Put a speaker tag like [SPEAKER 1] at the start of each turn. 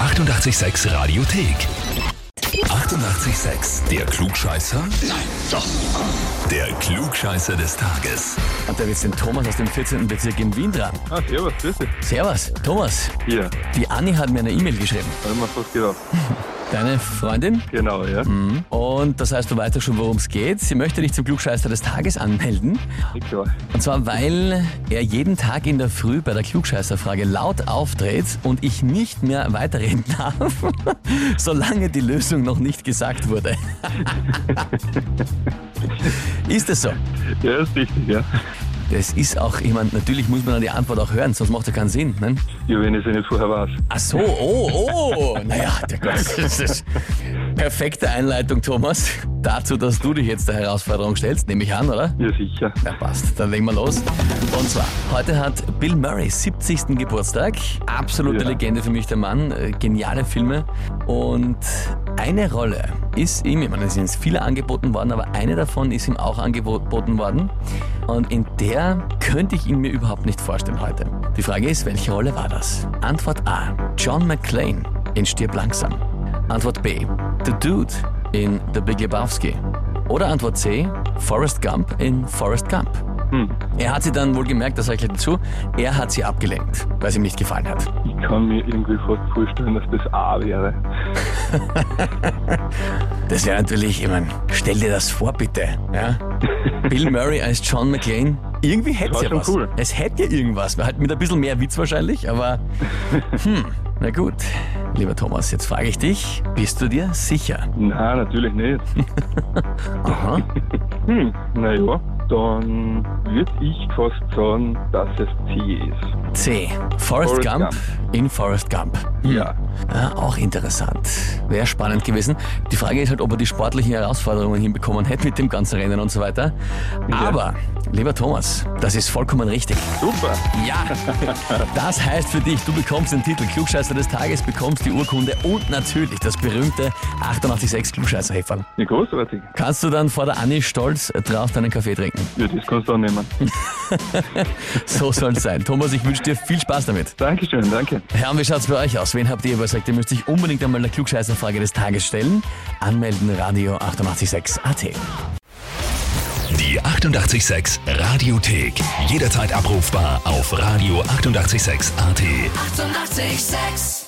[SPEAKER 1] 886 Radiothek. 88,6. Der Klugscheißer? Nein, doch. Der Klugscheißer des Tages.
[SPEAKER 2] Und da wird den Thomas aus dem 14. Bezirk in Wien dran.
[SPEAKER 3] Ah, servus, grüß dich.
[SPEAKER 2] Servus, Thomas.
[SPEAKER 3] Hier,
[SPEAKER 2] Die Anni hat mir eine E-Mail geschrieben.
[SPEAKER 3] haben wir fast gedacht.
[SPEAKER 2] Deine Freundin.
[SPEAKER 3] Genau, ja.
[SPEAKER 2] Und das heißt, du weißt ja schon, worum es geht. Sie möchte dich zum Klugscheißer des Tages anmelden.
[SPEAKER 3] Nicht klar.
[SPEAKER 2] Und zwar, weil er jeden Tag in der Früh bei der Klugscheißerfrage laut auftritt und ich nicht mehr weiterreden darf, solange die Lösung noch nicht gesagt wurde. Ist es so?
[SPEAKER 3] Ja, ist richtig, ja.
[SPEAKER 2] Das ist auch, ich meine, natürlich muss man dann die Antwort auch hören, sonst macht ja keinen Sinn. Ne?
[SPEAKER 3] Ja, wenn ich es nicht vorher weiß.
[SPEAKER 2] Ach so, oh, oh. Naja, der Gott, das ist perfekte Einleitung, Thomas. Dazu, dass du dich jetzt der Herausforderung stellst, nehme ich an, oder?
[SPEAKER 3] Ja, sicher.
[SPEAKER 2] Na passt, dann legen wir los. Und zwar, heute hat Bill Murray 70. Geburtstag. Absolute
[SPEAKER 3] Ja.
[SPEAKER 2] Legende für mich, der Mann. Äh, Geniale Filme. Und eine Rolle ist ihm, ich meine, es sind viele angeboten worden, aber eine davon ist ihm auch angeboten worden. Und in der könnte ich ihn mir überhaupt nicht vorstellen heute. Die Frage ist, welche Rolle war das? Antwort A. John McClane in Stirb langsam. Antwort B. The Dude in The Big Lebowski. Oder Antwort C. Forrest Gump in Forrest Gump.
[SPEAKER 3] Hm,
[SPEAKER 2] Er hat sie dann wohl gemerkt, das sage ich gleich dazu, er hat sie abgelenkt, weil es ihm nicht gefallen hat.
[SPEAKER 3] ich kann mir irgendwie fast vorstellen, dass das A wäre.
[SPEAKER 2] Das wäre natürlich, ich meine, stell dir das vor bitte. Ja? Bill Murray als John McClane, irgendwie hätte
[SPEAKER 3] Das
[SPEAKER 2] es
[SPEAKER 3] war
[SPEAKER 2] ja was.
[SPEAKER 3] schon cool.
[SPEAKER 2] Es hätte ja irgendwas, halt mit ein bisschen mehr Witz wahrscheinlich, aber hm, na gut. Lieber Thomas, jetzt frage ich dich, bist du dir sicher?
[SPEAKER 3] Nein, natürlich nicht.
[SPEAKER 2] Aha.
[SPEAKER 3] Hm, naja, dann würde ich fast sagen, dass es C ist.
[SPEAKER 2] C. Forrest
[SPEAKER 3] Forrest
[SPEAKER 2] Gump,
[SPEAKER 3] Gump.
[SPEAKER 2] in Forrest Gump. Hm.
[SPEAKER 3] Ja.
[SPEAKER 2] Ah, auch interessant. Wäre spannend gewesen. Die Frage ist halt, ob er die sportlichen Herausforderungen hinbekommen hätte mit dem ganzen Rennen und so weiter. Aber, lieber Thomas, das ist vollkommen richtig.
[SPEAKER 3] Super.
[SPEAKER 2] Ja, das heißt für dich, du bekommst den Titel Klugscheißer des Tages, bekommst die Urkunde und natürlich das berühmte 886 Klugscheißer-Häferl.
[SPEAKER 3] Ja, großartig.
[SPEAKER 2] Kannst du dann vor der Anni stolz drauf deinen Kaffee trinken.
[SPEAKER 3] Ja, das kannst du auch nehmen.
[SPEAKER 2] So soll's sein. Thomas, ich wünsche dir viel Spaß damit.
[SPEAKER 3] Dankeschön, danke.
[SPEAKER 2] Herr, und wie schaut's bei euch aus? Wen habt ihr überzeugt? Ihr müsst sich unbedingt einmal der Klugscheißerfrage des Tages stellen. Anmelden Radio 886 AT.
[SPEAKER 1] Die 88,6 Radiothek. Jederzeit abrufbar auf radio886.at. 88,6.
[SPEAKER 4] Eighty-eight, sex.